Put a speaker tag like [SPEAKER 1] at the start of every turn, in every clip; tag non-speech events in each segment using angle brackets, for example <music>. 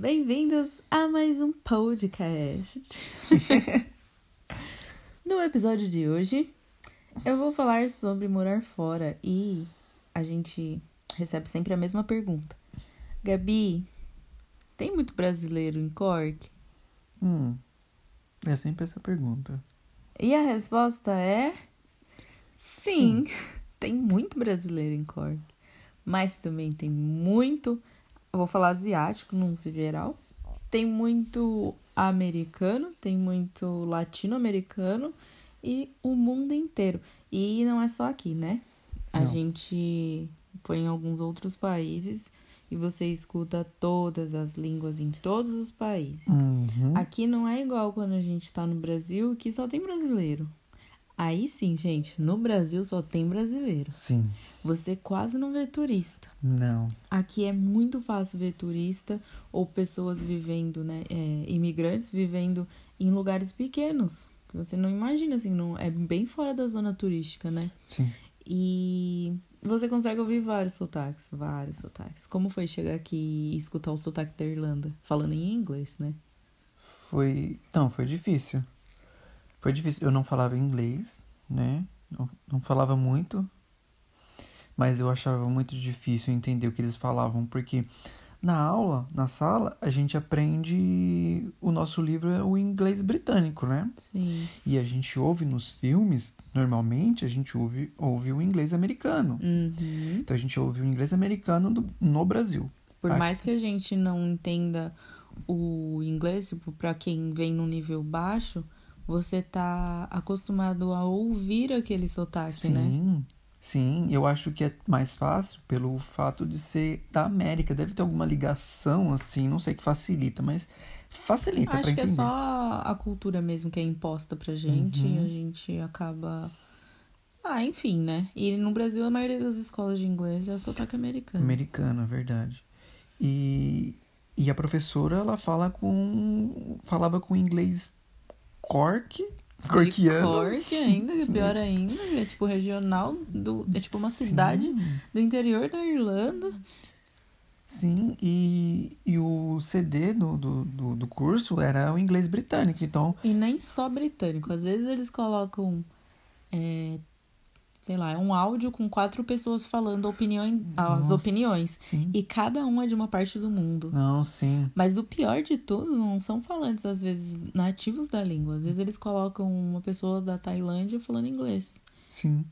[SPEAKER 1] bem-vindos a mais um podcast. no episódio de hoje, eu vou falar sobre morar fora e a gente recebe sempre a mesma pergunta. Gabi, tem muito brasileiro em Cork?
[SPEAKER 2] Hum, é sempre essa pergunta.
[SPEAKER 1] E a resposta é: sim, <laughs> tem muito brasileiro em Cork, mas também tem muito, eu vou falar asiático num geral, tem muito americano, tem muito latino-americano e o mundo inteiro. E não é só aqui, né? A
[SPEAKER 2] Não.
[SPEAKER 1] gente foi em alguns outros países e você escuta todas as línguas em todos os países.
[SPEAKER 2] Uhum.
[SPEAKER 1] Aqui não é igual quando a gente tá no Brasil, que só tem brasileiro. Aí sim, gente, no Brasil só tem brasileiro.
[SPEAKER 2] Sim,
[SPEAKER 1] Você quase não vê turista.
[SPEAKER 2] não.
[SPEAKER 1] Aqui é muito fácil ver turista ou pessoas vivendo, né? é, imigrantes vivendo em lugares pequenos. Que você não imagina, assim, não, é bem fora da zona turística, né?
[SPEAKER 2] Sim.
[SPEAKER 1] E você consegue ouvir vários sotaques, vários sotaques. Como foi chegar aqui e escutar o sotaque da Irlanda? Falando em inglês, né?
[SPEAKER 2] Foi. Não, foi difícil. Foi difícil. Eu não falava inglês, né? Não, não falava muito. Mas eu achava muito difícil entender o que eles falavam, porque na aula, na sala, a gente aprende. O nosso livro é o inglês britânico, né?
[SPEAKER 1] Sim.
[SPEAKER 2] E a gente ouve nos filmes, normalmente, a gente ouve, ouve o inglês americano.
[SPEAKER 1] Uhum.
[SPEAKER 2] Então a gente ouve o inglês americano do- no Brasil.
[SPEAKER 1] Por
[SPEAKER 2] Aqui-
[SPEAKER 1] mais que a gente não entenda o inglês, tipo, pra quem vem num nível baixo, você tá acostumado a ouvir aquele sotaque, né?
[SPEAKER 2] Sim, sim. Eu acho que é mais fácil pelo fato de ser da América. Deve ter alguma ligação, assim, não sei que facilita, mas facilita pra
[SPEAKER 1] Acho que
[SPEAKER 2] entender.
[SPEAKER 1] é só a cultura mesmo que é imposta pra gente
[SPEAKER 2] Uhum.
[SPEAKER 1] e a gente acaba. Ah, enfim, né? E no Brasil a maioria das escolas de inglês é sotaque americano.
[SPEAKER 2] Americano, é verdade. E, e a professora, ela fala com. falava com inglês cork,
[SPEAKER 1] De
[SPEAKER 2] corkiano.
[SPEAKER 1] Cork ainda,
[SPEAKER 2] <laughs>
[SPEAKER 1] que é pior ainda, que é tipo regional do. É tipo uma
[SPEAKER 2] Sim.
[SPEAKER 1] cidade do interior da Irlanda.
[SPEAKER 2] Sim, e, e o CD do, do, do, do curso era o inglês britânico, então.
[SPEAKER 1] E nem só britânico. Às vezes eles colocam, é, sei lá, um áudio com quatro pessoas falando opiniões, as
[SPEAKER 2] Nossa.
[SPEAKER 1] opiniões.
[SPEAKER 2] Sim.
[SPEAKER 1] E cada uma é de uma parte do mundo.
[SPEAKER 2] Não, sim.
[SPEAKER 1] Mas o pior de tudo não são falantes, às vezes, nativos da língua. Às vezes eles colocam uma pessoa da Tailândia falando inglês.
[SPEAKER 2] Sim.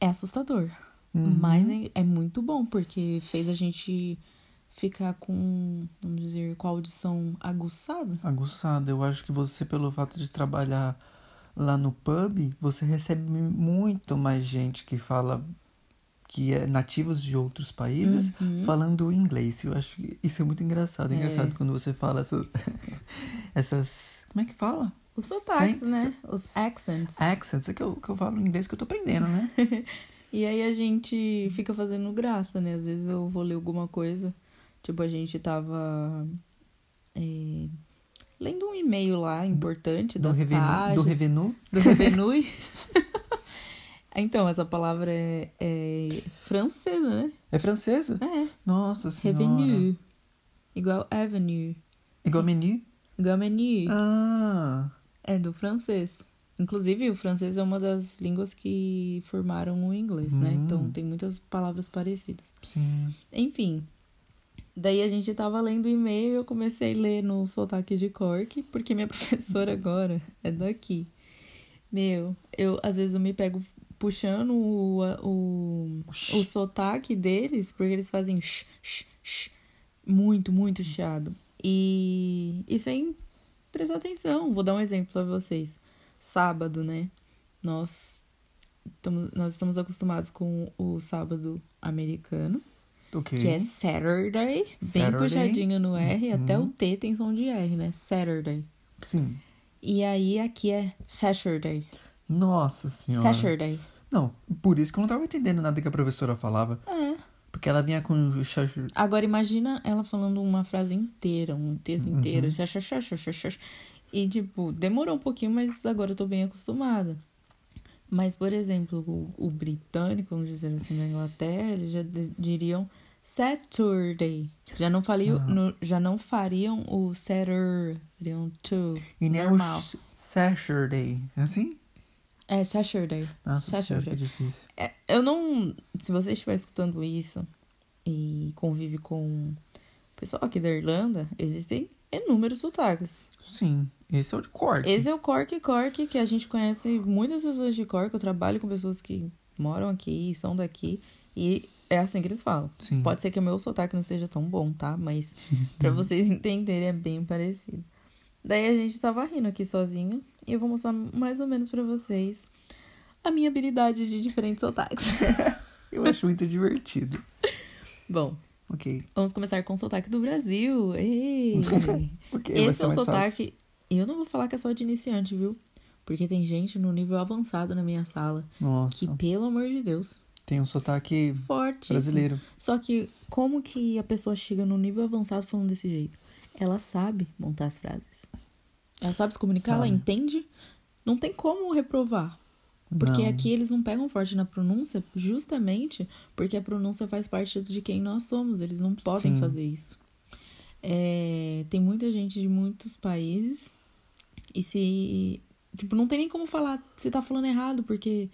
[SPEAKER 1] É assustador.
[SPEAKER 2] Uhum.
[SPEAKER 1] Mas é, é muito bom, porque fez a gente ficar com, vamos dizer, com a audição aguçada.
[SPEAKER 2] Aguçado, eu acho que você, pelo fato de trabalhar lá no pub, você recebe muito mais gente que fala que é nativos de outros países
[SPEAKER 1] Uhum.
[SPEAKER 2] falando inglês. Eu acho que isso é muito engraçado. É
[SPEAKER 1] É.
[SPEAKER 2] engraçado quando você fala essa- <laughs> essas. Como é que fala?
[SPEAKER 1] Os sotaques,
[SPEAKER 2] Sem-
[SPEAKER 1] né? Os accents.
[SPEAKER 2] Accents. É que eu, que eu falo inglês que eu tô aprendendo,
[SPEAKER 1] <laughs>
[SPEAKER 2] né?
[SPEAKER 1] E aí a gente fica fazendo graça, né? Às vezes eu vou ler alguma coisa. Tipo, a gente tava eh, lendo um e-mail lá importante
[SPEAKER 2] Do,
[SPEAKER 1] das
[SPEAKER 2] revenu,
[SPEAKER 1] páginas.
[SPEAKER 2] do revenu.
[SPEAKER 1] do Revenui. <laughs> então, essa palavra é, é francesa, né?
[SPEAKER 2] É francesa?
[SPEAKER 1] É,
[SPEAKER 2] Nossa senhora.
[SPEAKER 1] Revenue. Igual Avenue.
[SPEAKER 2] Igual menu.
[SPEAKER 1] Igual Menu.
[SPEAKER 2] Ah.
[SPEAKER 1] É do francês. Inclusive, o francês é uma das línguas que formaram o inglês, né?
[SPEAKER 2] Hum.
[SPEAKER 1] Então, tem muitas palavras parecidas.
[SPEAKER 2] Sim.
[SPEAKER 1] Enfim. Daí a gente tava lendo o e-mail e eu comecei a ler no sotaque de Cork, porque minha <laughs> professora agora é daqui. Meu, eu às vezes eu me pego puxando o, a- o, o sotaque deles, porque eles fazem sh, sh, sh, muito, muito chiado. E, e sem prestar atenção. Vou dar um exemplo pra vocês. Sábado, né? Nós, tamo- nós estamos acostumados com o sábado americano.
[SPEAKER 2] Ok.
[SPEAKER 1] Que é Saturday, bem
[SPEAKER 2] Hum. Saturday.
[SPEAKER 1] puxadinho no R, até o
[SPEAKER 2] Uhum.
[SPEAKER 1] T tem som de R, né? Saturday.
[SPEAKER 2] Sim.
[SPEAKER 1] E aí aqui é Saturday.
[SPEAKER 2] Nossa senhora.
[SPEAKER 1] Saturday.
[SPEAKER 2] Não, por isso que eu não tava entendendo nada que a professora falava.
[SPEAKER 1] É.
[SPEAKER 2] Porque ela vinha com o chachu.
[SPEAKER 1] Agora imagina ela falando uma frase inteira, um texto inteiro.
[SPEAKER 2] Uhum.
[SPEAKER 1] Xa, xa, xa, xa, xa, xa. E tipo, demorou um pouquinho, mas agora eu tô bem acostumada. Mas, por exemplo, o, o britânico, vamos dizer assim, da Inglaterra, eles já de- diriam Saturday. Já não, falei, o- no- já não fariam o Saturday. Fariam to.
[SPEAKER 2] E nem é
[SPEAKER 1] normal.
[SPEAKER 2] o sh- Saturday. É assim?
[SPEAKER 1] É Saturday.
[SPEAKER 2] Nossa, senhora, que
[SPEAKER 1] Saturday.
[SPEAKER 2] difícil.
[SPEAKER 1] É, eu não. Se você estiver escutando isso e convive com o pessoal aqui da Irlanda, existem inúmeros sotaques.
[SPEAKER 2] Sim, esse é o de corte.
[SPEAKER 1] Esse é o Cork Cork, que a gente conhece muitas pessoas de Cork. Eu trabalho com pessoas que moram aqui e são daqui. E é assim que eles falam.
[SPEAKER 2] Sim.
[SPEAKER 1] Pode ser que o meu sotaque não seja tão bom, tá?
[SPEAKER 2] <laughs>
[SPEAKER 1] Mas pra vocês entenderem é bem parecido. Daí a gente tava rindo aqui sozinho. E eu vou mostrar mais ou menos pra vocês a minha habilidade de diferentes sotaques. <laughs>
[SPEAKER 2] Eu acho muito divertido.
[SPEAKER 1] bom,
[SPEAKER 2] Ok.
[SPEAKER 1] vamos começar com o sotaque do Brasil.
[SPEAKER 2] <laughs>
[SPEAKER 1] Ei!
[SPEAKER 2] Ok, vai
[SPEAKER 1] Esse
[SPEAKER 2] ser
[SPEAKER 1] é o
[SPEAKER 2] mais fácil.
[SPEAKER 1] sotaque. Eu não vou falar que é só de iniciante, viu? Porque tem gente no nível avançado na minha sala que,
[SPEAKER 2] Nossa,
[SPEAKER 1] pelo amor de Deus,
[SPEAKER 2] tem um sotaque
[SPEAKER 1] forte.
[SPEAKER 2] brasileiro.
[SPEAKER 1] Só que como que a pessoa chega no nível avançado falando desse jeito? Ela sabe montar as frases. Ela sabe se comunicar, ela
[SPEAKER 2] Sabe.
[SPEAKER 1] entende. Não tem como reprovar. Porque
[SPEAKER 2] Não.
[SPEAKER 1] aqui eles não pegam forte na pronúncia, justamente porque a pronúncia faz parte de quem nós somos. Eles não podem
[SPEAKER 2] Sim.
[SPEAKER 1] fazer isso. É, tem muita gente de muitos países e se. Tipo, não tem nem como falar se tá falando errado, porque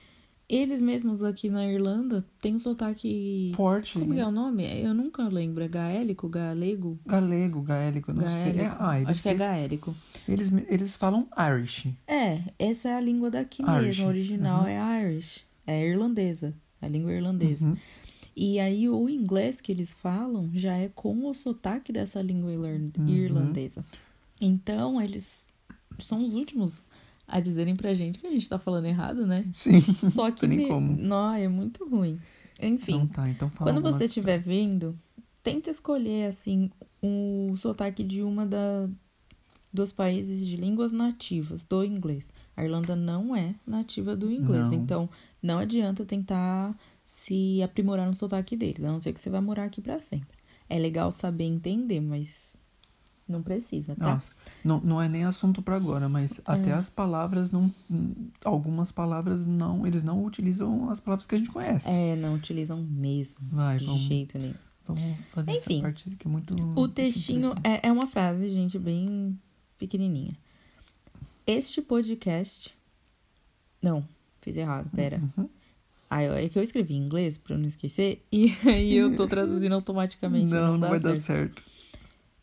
[SPEAKER 1] eles mesmos aqui na Irlanda têm um sotaque.
[SPEAKER 2] Forte.
[SPEAKER 1] Como que é o nome? Eu nunca lembro. É gaélico? Galego?
[SPEAKER 2] Galego, gaélico, não sei. É,
[SPEAKER 1] Gaélico.
[SPEAKER 2] ah, eles,
[SPEAKER 1] Acho que é gaélico.
[SPEAKER 2] eles, eles falam Irish. <laughs>
[SPEAKER 1] É, essa é a língua daqui
[SPEAKER 2] Irish.
[SPEAKER 1] mesmo. A original é Irish. É irlandesa. A língua é irlandesa.
[SPEAKER 2] Uhum.
[SPEAKER 1] E aí o inglês que eles falam já é com o sotaque dessa língua irlan-
[SPEAKER 2] Uhum.
[SPEAKER 1] irlandesa. Então, eles são os últimos a dizerem pra gente que a gente tá falando errado,
[SPEAKER 2] <laughs>
[SPEAKER 1] né?
[SPEAKER 2] Sim.
[SPEAKER 1] Só que.
[SPEAKER 2] Tem nem
[SPEAKER 1] ne-
[SPEAKER 2] como.
[SPEAKER 1] Não, é muito ruim. Enfim.
[SPEAKER 2] Então tá, então fala
[SPEAKER 1] Quando você
[SPEAKER 2] algumas
[SPEAKER 1] estiver
[SPEAKER 2] frases.
[SPEAKER 1] vindo, tenta escolher, assim, o sotaque de uma da, dos países de línguas nativas do inglês. A Irlanda não é nativa do inglês,
[SPEAKER 2] Não.
[SPEAKER 1] então não adianta tentar se aprimorar no sotaque deles, a não ser que você vai morar aqui pra sempre. É legal saber entender, mas não precisa, tá? É.
[SPEAKER 2] Nossa, não, não é nem assunto pra agora, mas até as palavras não. Algumas palavras não. Eles não utilizam as palavras que a gente conhece.
[SPEAKER 1] É, não utilizam mesmo,
[SPEAKER 2] Vai,
[SPEAKER 1] de
[SPEAKER 2] vamos,
[SPEAKER 1] jeito nenhum.
[SPEAKER 2] vamos fazer
[SPEAKER 1] Enfim,
[SPEAKER 2] essa parte que é muito.
[SPEAKER 1] O textinho é, é uma frase, gente, bem pequenininha. Este podcast. Não, fiz errado, pera.
[SPEAKER 2] Uhum.
[SPEAKER 1] Ah, eu- é que eu escrevi em inglês pra eu não esquecer. <laughs> E aí eu
[SPEAKER 2] <laughs>
[SPEAKER 1] tô traduzindo automaticamente.
[SPEAKER 2] Não, não
[SPEAKER 1] dá
[SPEAKER 2] vai dar
[SPEAKER 1] certo.
[SPEAKER 2] certo.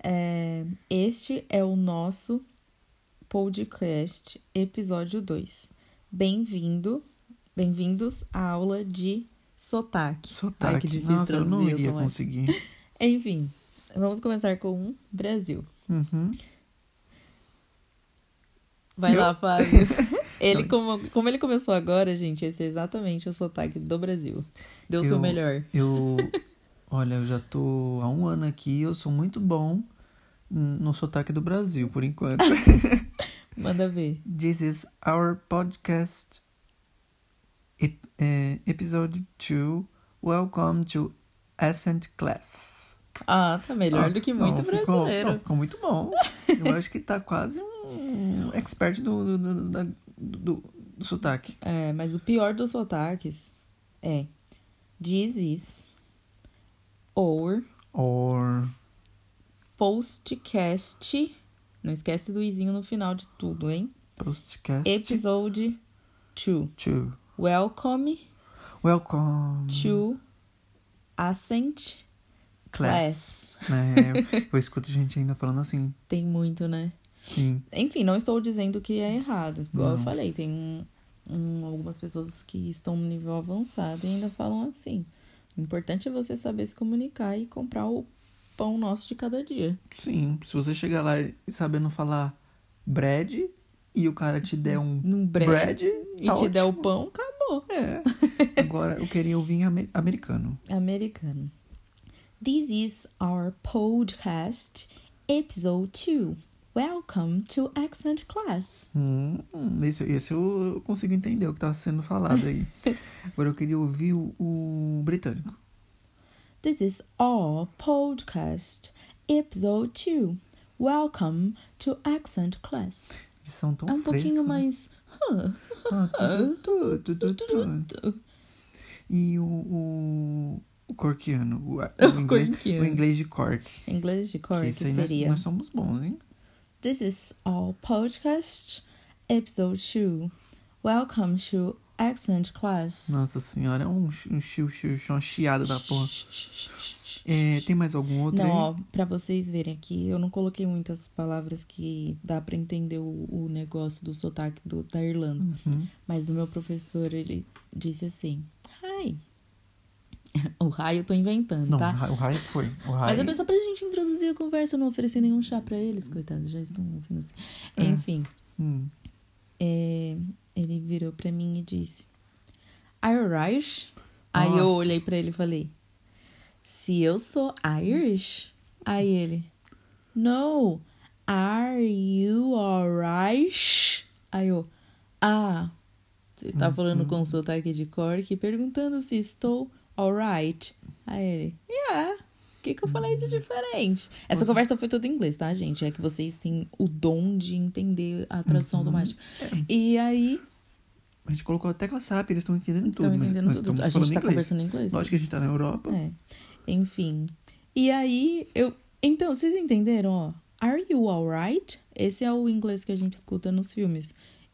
[SPEAKER 1] É, este é o nosso podcast, episódio 2. Bem-vindo, bem-vindos à aula de sotaque. Ai, que
[SPEAKER 2] Sotaque.
[SPEAKER 1] difícil
[SPEAKER 2] Nossa, eu não
[SPEAKER 1] traduzir
[SPEAKER 2] iria
[SPEAKER 1] automático.
[SPEAKER 2] conseguir.
[SPEAKER 1] Enfim, vamos começar com um Brasil.
[SPEAKER 2] Uhum.
[SPEAKER 1] Vai
[SPEAKER 2] Eu?
[SPEAKER 1] lá,
[SPEAKER 2] <laughs>
[SPEAKER 1] Fábio. Ele,
[SPEAKER 2] Não.
[SPEAKER 1] como, como ele começou agora, gente, esse é exatamente o sotaque do Brasil. Deu o seu
[SPEAKER 2] Eu-
[SPEAKER 1] melhor.
[SPEAKER 2] Eu. <laughs> Olha, eu já tô há um ano aqui, eu sou muito bom no sotaque do Brasil, por enquanto.
[SPEAKER 1] Manda ver.
[SPEAKER 2] This is our podcast ep- eh, episode 2. Welcome to Ascent Class.
[SPEAKER 1] Ah, tá melhor
[SPEAKER 2] Ah,
[SPEAKER 1] do que
[SPEAKER 2] não,
[SPEAKER 1] muito
[SPEAKER 2] ficou-
[SPEAKER 1] brasileiro.
[SPEAKER 2] não, ficou muito
[SPEAKER 1] <laughs>
[SPEAKER 2] bom. Eu acho que tá quase um expert do, do, do, da- do- do sotaque.
[SPEAKER 1] É, mas o pior dos sotaques é this is or
[SPEAKER 2] Or.
[SPEAKER 1] postcast. Não esquece do izinho no final de tudo, hein?
[SPEAKER 2] Postcast
[SPEAKER 1] Episode 2.
[SPEAKER 2] 2.
[SPEAKER 1] Welcome
[SPEAKER 2] Welcome
[SPEAKER 1] to Ascent
[SPEAKER 2] Class.
[SPEAKER 1] Class.
[SPEAKER 2] É,
[SPEAKER 1] <laughs>
[SPEAKER 2] eu- eu escuto gente ainda falando assim.
[SPEAKER 1] Tem muito, né?
[SPEAKER 2] Sim.
[SPEAKER 1] Enfim, não estou dizendo que é errado. Igual eu
[SPEAKER 2] Não.
[SPEAKER 1] falei, tem um- um- algumas pessoas que estão no nível avançado e ainda falam assim. O importante é você saber se comunicar e comprar o pão nosso de cada dia.
[SPEAKER 2] Sim. Se você chegar lá e sabendo falar bread e o cara te der um
[SPEAKER 1] Num bread,
[SPEAKER 2] bread,
[SPEAKER 1] e
[SPEAKER 2] tá
[SPEAKER 1] te der o
[SPEAKER 2] ótimo.
[SPEAKER 1] pão, acabou.
[SPEAKER 2] É. Agora eu queria ouvir em amer- americano.
[SPEAKER 1] Americano. This is our podcast, episode 2. Welcome to Accent Class.
[SPEAKER 2] Hum, hum, esse, esse eu consigo entender o que tá sendo
[SPEAKER 1] <laughs>
[SPEAKER 2] falado aí. Agora eu queria ouvir o, o britânico.
[SPEAKER 1] This is our podcast, episode 2. Welcome to Accent Class.
[SPEAKER 2] Eles são tão
[SPEAKER 1] É um
[SPEAKER 2] frescos,
[SPEAKER 1] pouquinho
[SPEAKER 2] né?
[SPEAKER 1] mais. "Hã,
[SPEAKER 2] Ah, tu, tu, tu, tu, tu, tu.
[SPEAKER 1] tu, tu".
[SPEAKER 2] E o, o, o corkiano. O,
[SPEAKER 1] <laughs>
[SPEAKER 2] o, inglês,
[SPEAKER 1] corkiano.
[SPEAKER 2] o inglês de cork.
[SPEAKER 1] Em Inglês de
[SPEAKER 2] que
[SPEAKER 1] Cork
[SPEAKER 2] isso aí nós-
[SPEAKER 1] seria.
[SPEAKER 2] nós somos bons, hein?
[SPEAKER 1] This is our podcast episode 2. Welcome to Accent Class.
[SPEAKER 2] Nossa senhora, é um, chi- um chiu, chiu, chiu, uma chiada da porra. É, tem mais algum outro
[SPEAKER 1] Não,
[SPEAKER 2] aí?
[SPEAKER 1] ó, pra vocês verem aqui, eu não coloquei muitas palavras que dá pra entender o, o negócio do sotaque do, da Irlanda.
[SPEAKER 2] Uhum.
[SPEAKER 1] Mas o meu professor, ele disse assim, hi. <laughs> O raio eu tô inventando,
[SPEAKER 2] Não,
[SPEAKER 1] tá?
[SPEAKER 2] o Ra- o raio foi. O raio...
[SPEAKER 1] Mas é só pra gente introduzir a conversa, eu não oferecer nenhum chá pra eles, coitados, já estão ouvindo assim.
[SPEAKER 2] É.
[SPEAKER 1] Enfim,
[SPEAKER 2] Hum.
[SPEAKER 1] é, ele virou pra mim e disse: Are you Irish? Aí eu
[SPEAKER 2] Nossa.
[SPEAKER 1] olhei pra ele e falei: Se eu sou Irish? Aí ele: No, are you alright? Aí eu: Ah, você tá falando com sotaque de cork, perguntando se estou alright. Aí ele: Yeah. O que, que eu falei de diferente? Essa
[SPEAKER 2] Você-
[SPEAKER 1] conversa foi toda em inglês, tá, gente? É que vocês têm o dom de entender a tradução automática. E aí,
[SPEAKER 2] A gente colocou até classe app, eles estão entendendo
[SPEAKER 1] estão
[SPEAKER 2] tudo. mas
[SPEAKER 1] entendendo
[SPEAKER 2] nós
[SPEAKER 1] tudo.
[SPEAKER 2] estamos
[SPEAKER 1] A gente
[SPEAKER 2] falando
[SPEAKER 1] tá
[SPEAKER 2] inglês.
[SPEAKER 1] conversando em inglês.
[SPEAKER 2] Lógico que a gente tá na Europa.
[SPEAKER 1] É. Enfim. E aí, eu. Então, vocês entenderam, ó. Are you alright? Esse é o inglês que a gente escuta nos filmes.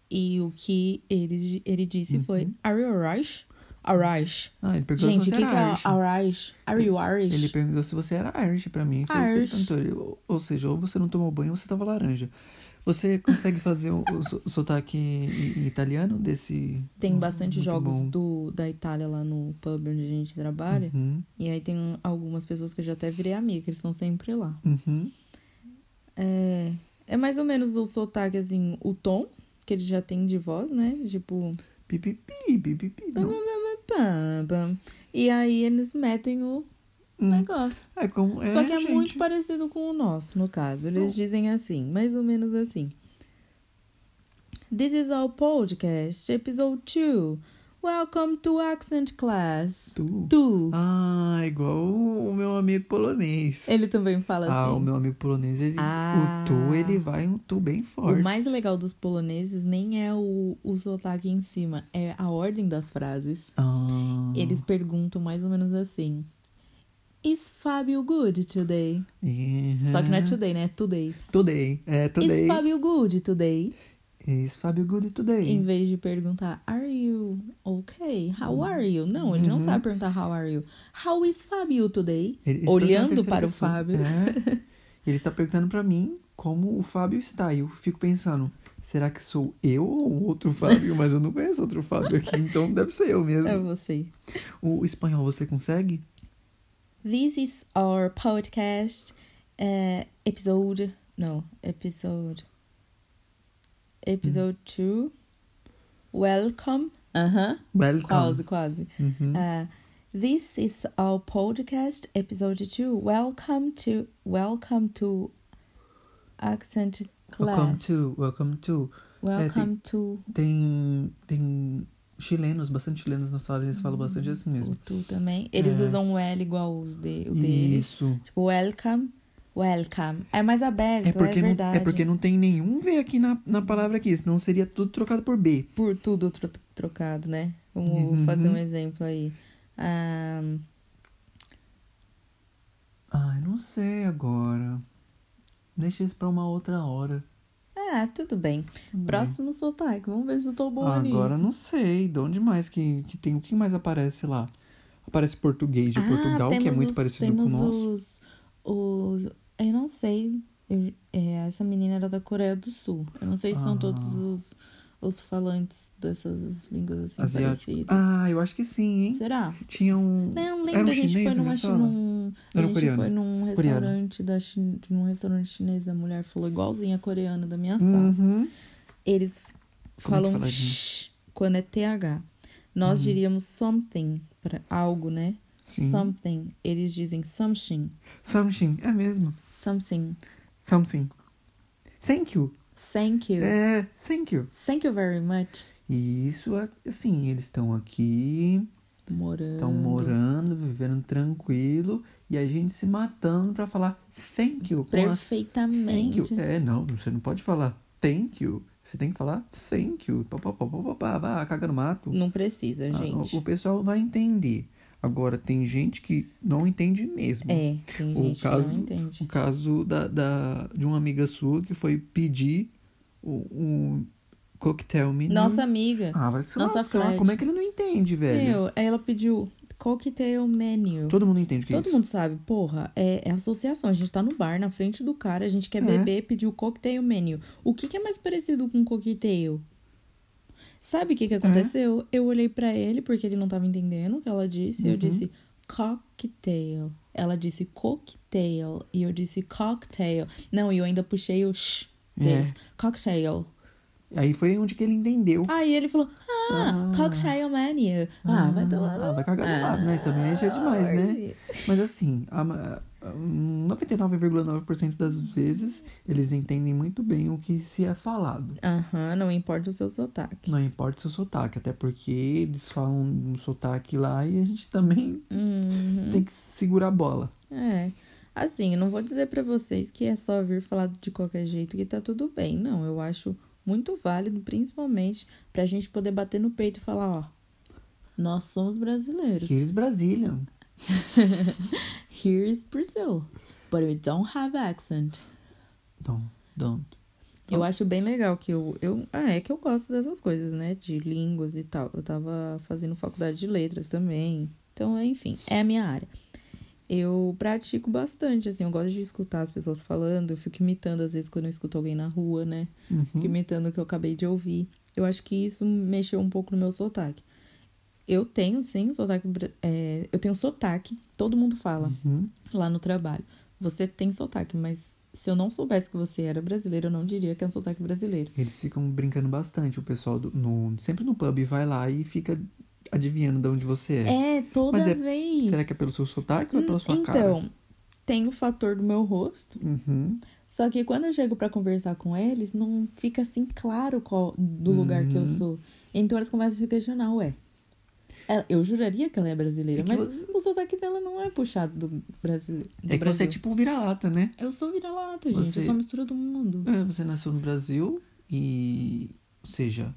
[SPEAKER 1] E o que ele, ele disse foi:
[SPEAKER 2] Uhum.
[SPEAKER 1] Are you alright? Alright.
[SPEAKER 2] Ah, ele perguntou
[SPEAKER 1] Gente,
[SPEAKER 2] se
[SPEAKER 1] o que,
[SPEAKER 2] você
[SPEAKER 1] que
[SPEAKER 2] era
[SPEAKER 1] é
[SPEAKER 2] Irish.
[SPEAKER 1] alright? Are you Irish?
[SPEAKER 2] Ele perguntou se você era Irish pra mim. Foi isso que ele
[SPEAKER 1] Irish.
[SPEAKER 2] perguntou. Ele, ou- ou seja, ou você não tomou banho ou você tava laranja. Você consegue fazer o, o so- sotaque em, em italiano desse... Hum,
[SPEAKER 1] Tem bastante
[SPEAKER 2] Muito
[SPEAKER 1] jogos
[SPEAKER 2] bom.
[SPEAKER 1] do, da Itália lá no pub onde a gente trabalha.
[SPEAKER 2] Uhum,
[SPEAKER 1] E aí tem algumas pessoas que eu já até virei amiga, eles estão sempre lá.
[SPEAKER 2] uhum.
[SPEAKER 1] É, é mais ou menos o sotaque, assim, o tom que ele já tem de voz, né? Tipo.
[SPEAKER 2] Pi, pi, pi, pi, pi, pi, não.
[SPEAKER 1] pam, pam. E aí eles metem o
[SPEAKER 2] Hum.
[SPEAKER 1] negócio.
[SPEAKER 2] É como... É,
[SPEAKER 1] Só que é
[SPEAKER 2] gente.
[SPEAKER 1] muito parecido com o nosso, no caso. Eles
[SPEAKER 2] Não.
[SPEAKER 1] dizem assim, mais ou menos assim. This is our podcast, episode 2. Welcome to Accent Class.
[SPEAKER 2] Tu.
[SPEAKER 1] Tu.
[SPEAKER 2] Ah, igual o, o meu amigo polonês.
[SPEAKER 1] Ele também fala
[SPEAKER 2] Ah,
[SPEAKER 1] assim.
[SPEAKER 2] o meu amigo polonês, ele,
[SPEAKER 1] Ah.
[SPEAKER 2] o tu, ele vai um tu bem forte.
[SPEAKER 1] O mais legal dos poloneses nem é o, o sotaque em cima, é a ordem das frases.
[SPEAKER 2] Ah,
[SPEAKER 1] Eles perguntam mais ou menos assim: Is Fábio good today?
[SPEAKER 2] yeah.
[SPEAKER 1] Só que não é today, né? É today.
[SPEAKER 2] Today. É,
[SPEAKER 1] Is
[SPEAKER 2] Uhum. today.
[SPEAKER 1] Fábio good today?
[SPEAKER 2] Is Fábio Good
[SPEAKER 1] Em
[SPEAKER 2] today.
[SPEAKER 1] vez de perguntar Are you okay? How are you? Não, ele não
[SPEAKER 2] Uhum.
[SPEAKER 1] sabe perguntar How are you. How is Fábio today?
[SPEAKER 2] Ele- ele
[SPEAKER 1] Olhando
[SPEAKER 2] está
[SPEAKER 1] para
[SPEAKER 2] perguntando
[SPEAKER 1] o
[SPEAKER 2] em terceira
[SPEAKER 1] Fábio.
[SPEAKER 2] pessoa. É.
[SPEAKER 1] <laughs>
[SPEAKER 2] Ele está perguntando pra mim como o Fábio está. E eu fico pensando, será que sou eu ou
[SPEAKER 1] <laughs>
[SPEAKER 2] outro Fábio? Mas eu não conheço outro Fábio aqui, então deve ser eu mesmo.
[SPEAKER 1] É você.
[SPEAKER 2] O espanhol você consegue?
[SPEAKER 1] This is our podcast uh, episode. No, episode. Episode
[SPEAKER 2] Hum.
[SPEAKER 1] 2. Welcome. Uh-huh.
[SPEAKER 2] Welcome.
[SPEAKER 1] Quase, quase.
[SPEAKER 2] Uhum.
[SPEAKER 1] Uh, this is our podcast episode 2. Welcome to welcome to accent class.
[SPEAKER 2] Welcome to, é, welcome to.
[SPEAKER 1] Welcome to
[SPEAKER 2] Tem, tem chilenos, bastante chilenos na sala, eles falam bastante assim
[SPEAKER 1] o
[SPEAKER 2] mesmo.
[SPEAKER 1] tu também. Eles
[SPEAKER 2] É.
[SPEAKER 1] usam o L igual os de, o deles.
[SPEAKER 2] Isso.
[SPEAKER 1] Tipo, welcome, welcome. É mais aberto,
[SPEAKER 2] É porque, não,
[SPEAKER 1] verdade.
[SPEAKER 2] é porque não tem nenhum V aqui na, na palavra aqui, senão seria tudo trocado por B.
[SPEAKER 1] por tudo tro- trocado, né? Vamos
[SPEAKER 2] Uhum.
[SPEAKER 1] fazer um exemplo aí. Ah, Ahn,
[SPEAKER 2] Ai, não sei agora. Deixa isso pra uma outra hora.
[SPEAKER 1] ah, tudo bem. Próximo sotaque. Vamos ver se eu tô boa nisso.
[SPEAKER 2] agora não sei. De onde mais que, que tem? O que mais aparece lá? Aparece português de
[SPEAKER 1] Ah,
[SPEAKER 2] Portugal, que é
[SPEAKER 1] temos
[SPEAKER 2] muito
[SPEAKER 1] os-
[SPEAKER 2] parecido com o
[SPEAKER 1] temos
[SPEAKER 2] nosso.
[SPEAKER 1] Os, os, eu não sei. eu- é, essa menina era da Coreia do Sul. Eu não sei se são
[SPEAKER 2] Ah.
[SPEAKER 1] todos os, os falantes dessas línguas assim
[SPEAKER 2] Asiático.
[SPEAKER 1] parecidas.
[SPEAKER 2] Ah, eu acho que sim, hein?
[SPEAKER 1] Será?
[SPEAKER 2] Tinha um.
[SPEAKER 1] Não,
[SPEAKER 2] Era
[SPEAKER 1] lembra,
[SPEAKER 2] um
[SPEAKER 1] a gente
[SPEAKER 2] chinês
[SPEAKER 1] foi
[SPEAKER 2] na
[SPEAKER 1] numa
[SPEAKER 2] minha
[SPEAKER 1] chi-
[SPEAKER 2] sala?
[SPEAKER 1] num, a
[SPEAKER 2] Era um
[SPEAKER 1] gente
[SPEAKER 2] coreano.
[SPEAKER 1] foi num
[SPEAKER 2] Coreano.
[SPEAKER 1] restaurante da Chi- num restaurante chinês, a mulher falou igualzinha a coreana da minha sala.
[SPEAKER 2] Uhum.
[SPEAKER 1] Eles
[SPEAKER 2] Como é que
[SPEAKER 1] falam
[SPEAKER 2] fala, gente?
[SPEAKER 1] sh quando é TH. Nós diríamos something para algo, né?
[SPEAKER 2] Hum. Sim.
[SPEAKER 1] Something. Eles dizem something.
[SPEAKER 2] Something. É mesmo.
[SPEAKER 1] Something.
[SPEAKER 2] Something. Thank you.
[SPEAKER 1] Thank you.
[SPEAKER 2] É, thank you.
[SPEAKER 1] Thank you very much.
[SPEAKER 2] E isso, é- assim, eles estão aqui.
[SPEAKER 1] Morando.
[SPEAKER 2] Estão morando, vivendo tranquilo e a gente se matando pra falar thank you. com a- Thank
[SPEAKER 1] Perfeitamente.
[SPEAKER 2] you. É, não, você não pode falar thank you. Você tem que falar thank you. Pá, pá, pá, pá, pá, pá, pá, caga no mato.
[SPEAKER 1] Não precisa,
[SPEAKER 2] É, Ah,
[SPEAKER 1] gente.
[SPEAKER 2] O, o pessoal vai entender. Agora, tem gente que não entende mesmo.
[SPEAKER 1] É, tem
[SPEAKER 2] o
[SPEAKER 1] gente
[SPEAKER 2] caso,
[SPEAKER 1] que não entende.
[SPEAKER 2] O um caso da, da, de uma amiga sua que foi pedir o- um coquetel menino.
[SPEAKER 1] Nossa amiga.
[SPEAKER 2] Ah, vai se
[SPEAKER 1] nossa
[SPEAKER 2] lascar.
[SPEAKER 1] Fred.
[SPEAKER 2] Como é que ele não entende, velho?
[SPEAKER 1] Meu, aí ela pediu cocktail menu.
[SPEAKER 2] Todo mundo entende o que é
[SPEAKER 1] Todo
[SPEAKER 2] isso.
[SPEAKER 1] mundo sabe, porra, é, é associação. A gente tá no bar, na frente do cara, a gente quer
[SPEAKER 2] É.
[SPEAKER 1] beber, pedir o cocktail menu. O que, que é mais parecido com coquetel? Sabe o
[SPEAKER 2] É.
[SPEAKER 1] que, que aconteceu? Eu olhei pra ele, porque ele não tava entendendo o que ela disse. Eu
[SPEAKER 2] Uhum.
[SPEAKER 1] disse cocktail. Ela disse cocktail. E eu disse cocktail. Não, e eu ainda puxei o sh deles.
[SPEAKER 2] É.
[SPEAKER 1] Cocktail.
[SPEAKER 2] Aí foi onde que ele entendeu.
[SPEAKER 1] Aí ele falou, ah,
[SPEAKER 2] Ah.
[SPEAKER 1] cocktail menu. Ah, vai tomar. Ah,
[SPEAKER 2] Ah, vai cagar do lado, né? Também aí já é demais, né? Mas assim, a ma- a- um, 99,9% das vezes eles entendem muito bem o que se é falado.
[SPEAKER 1] Aham, não importa o seu sotaque.
[SPEAKER 2] Não importa o seu sotaque, até porque eles falam um sotaque lá e a gente também
[SPEAKER 1] Uhum.
[SPEAKER 2] tem que segurar a bola.
[SPEAKER 1] É. Assim, eu não vou dizer pra vocês que é só vir falar de qualquer jeito que tá tudo bem. Não, eu acho muito válido, principalmente pra gente poder bater no peito e falar, ó, nós somos brasileiros. <laughs>
[SPEAKER 2] Que eles Brasilian.
[SPEAKER 1] Here is Brazil, but we don't have accent.
[SPEAKER 2] Don't, don't.
[SPEAKER 1] Eu acho bem legal que eu, eu. Ah, é que eu gosto dessas coisas, né? De línguas e tal. Eu tava fazendo faculdade de letras também. Então, enfim, é a minha área. Eu pratico bastante, assim, eu gosto de escutar as pessoas falando, eu fico imitando às vezes quando eu escuto alguém na rua, né?
[SPEAKER 2] Uhum.
[SPEAKER 1] Fico imitando o que eu acabei de ouvir. Eu acho que isso mexeu um pouco no meu sotaque. Eu tenho, sim, sotaque. bra- é, eu tenho sotaque, todo mundo fala
[SPEAKER 2] Uhum.
[SPEAKER 1] lá no trabalho. Você tem sotaque, mas se eu não soubesse que você era brasileiro, eu não diria que é um sotaque brasileiro.
[SPEAKER 2] Eles ficam brincando bastante, o pessoal do, no, sempre no pub vai lá e fica adivinhando de onde você é.
[SPEAKER 1] É, toda
[SPEAKER 2] Mas é-
[SPEAKER 1] vez.
[SPEAKER 2] Será que é pelo seu sotaque ou é pela sua
[SPEAKER 1] então,
[SPEAKER 2] cara?
[SPEAKER 1] tem o fator do meu rosto.
[SPEAKER 2] Uhum.
[SPEAKER 1] Só que quando eu chego pra conversar com eles, não fica assim claro qual do lugar que eu
[SPEAKER 2] Uhum.
[SPEAKER 1] sou. Então eles começam a se questionar, ué. é, Eu juraria que ela é brasileira,
[SPEAKER 2] É que
[SPEAKER 1] mas
[SPEAKER 2] vo-
[SPEAKER 1] o sotaque dela não é puxado do Brasil. do
[SPEAKER 2] É que você
[SPEAKER 1] Brasil.
[SPEAKER 2] é tipo um vira-lata, né?
[SPEAKER 1] Eu sou vira-lata, gente.
[SPEAKER 2] Você-
[SPEAKER 1] Eu sou a mistura do mundo.
[SPEAKER 2] É, Você nasceu no Brasil e. Ou seja,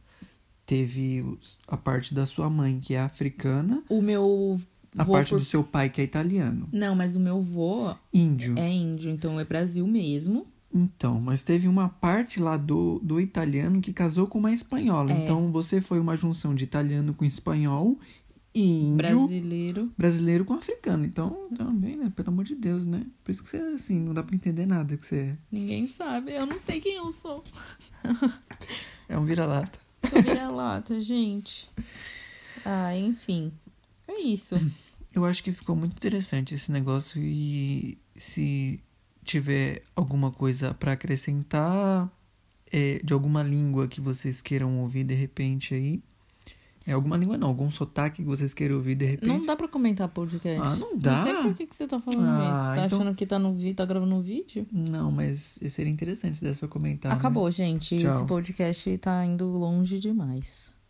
[SPEAKER 2] teve os- a parte da sua mãe que é africana,
[SPEAKER 1] O meu.
[SPEAKER 2] a
[SPEAKER 1] vô
[SPEAKER 2] parte
[SPEAKER 1] por
[SPEAKER 2] do seu pai que é italiano.
[SPEAKER 1] Não, mas o meu vô
[SPEAKER 2] Índio.
[SPEAKER 1] é índio, então é Brasil mesmo.
[SPEAKER 2] Então, mas teve uma parte lá do, do italiano que casou com uma espanhola.
[SPEAKER 1] É.
[SPEAKER 2] Então você foi uma junção de italiano com espanhol e índio.
[SPEAKER 1] Brasileiro.
[SPEAKER 2] brasileiro com africano. Então, também, né? Pelo amor de Deus, né? Por isso que você, assim, não dá pra entender nada que você
[SPEAKER 1] Ninguém sabe. Eu não sei quem eu sou.
[SPEAKER 2] é. É um vira-lata.
[SPEAKER 1] Sou vira-lata, <laughs> gente. Ah, enfim. É isso.
[SPEAKER 2] Eu acho que ficou muito interessante esse negócio e se tiver alguma coisa pra acrescentar é, de alguma língua que vocês queiram ouvir de repente aí. É alguma língua não, algum sotaque que vocês queiram ouvir de repente.
[SPEAKER 1] Não dá pra comentar podcast.
[SPEAKER 2] Ah, não dá?
[SPEAKER 1] Não sei por que, que você tá falando
[SPEAKER 2] Ah,
[SPEAKER 1] isso. Tá
[SPEAKER 2] então-
[SPEAKER 1] achando que tá no vídeo, tá gravando um vídeo?
[SPEAKER 2] Não, mas seria interessante se desse pra comentar. né?
[SPEAKER 1] Acabou, gente.
[SPEAKER 2] Tchau.
[SPEAKER 1] Esse podcast tá indo longe demais.